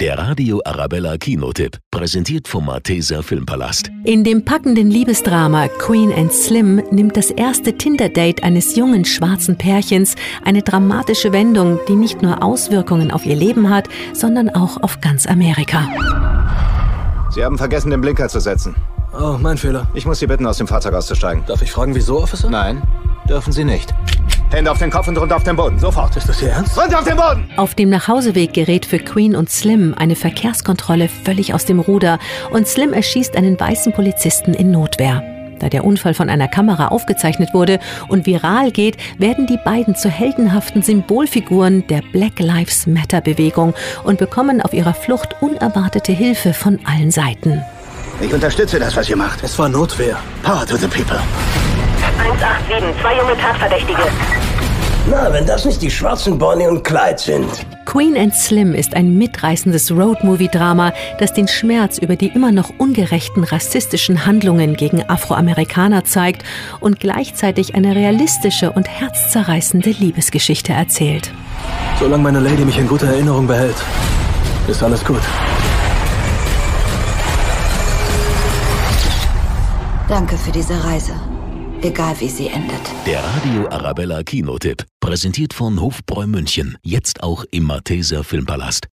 Der Radio Arabella Kinotipp, präsentiert vom Malteser Filmpalast. In dem packenden Liebesdrama Queen and Slim nimmt das erste Tinder-Date eines jungen schwarzen Pärchens eine dramatische Wendung, die nicht nur Auswirkungen auf ihr Leben hat, sondern auch auf ganz Amerika. Sie haben vergessen, den Blinker zu setzen. Oh, mein Fehler. Ich muss Sie bitten, aus dem Fahrzeug auszusteigen. Darf ich fragen, wieso, Officer? Nein, dürfen Sie nicht. Hände auf den Kopf und runter auf den Boden, sofort. Ist das Ihr Ernst? Runter auf den Boden! Auf dem Nachhauseweg gerät für Queen und Slim eine Verkehrskontrolle völlig aus dem Ruder und Slim erschießt einen weißen Polizisten in Notwehr. Da der Unfall von einer Kamera aufgezeichnet wurde und viral geht, werden die beiden zu heldenhaften Symbolfiguren der Black Lives Matter Bewegung und bekommen auf ihrer Flucht unerwartete Hilfe von allen Seiten. Ich unterstütze das, was ihr macht. Es war Notwehr. Power to the people. 187, zwei junge Tatverdächtige. Na, wenn das nicht die schwarzen Bonnie und Clyde sind. Queen and Slim ist ein mitreißendes Roadmovie-Drama, das den Schmerz über die immer noch ungerechten rassistischen Handlungen gegen Afroamerikaner zeigt und gleichzeitig eine realistische und herzzerreißende Liebesgeschichte erzählt. Solange meine Lady mich in guter Erinnerung behält, ist alles gut. Danke für diese Reise, egal wie sie endet. Der Radio Arabella Kinotipp, präsentiert von Hofbräu München, jetzt auch im Malteser Filmpalast.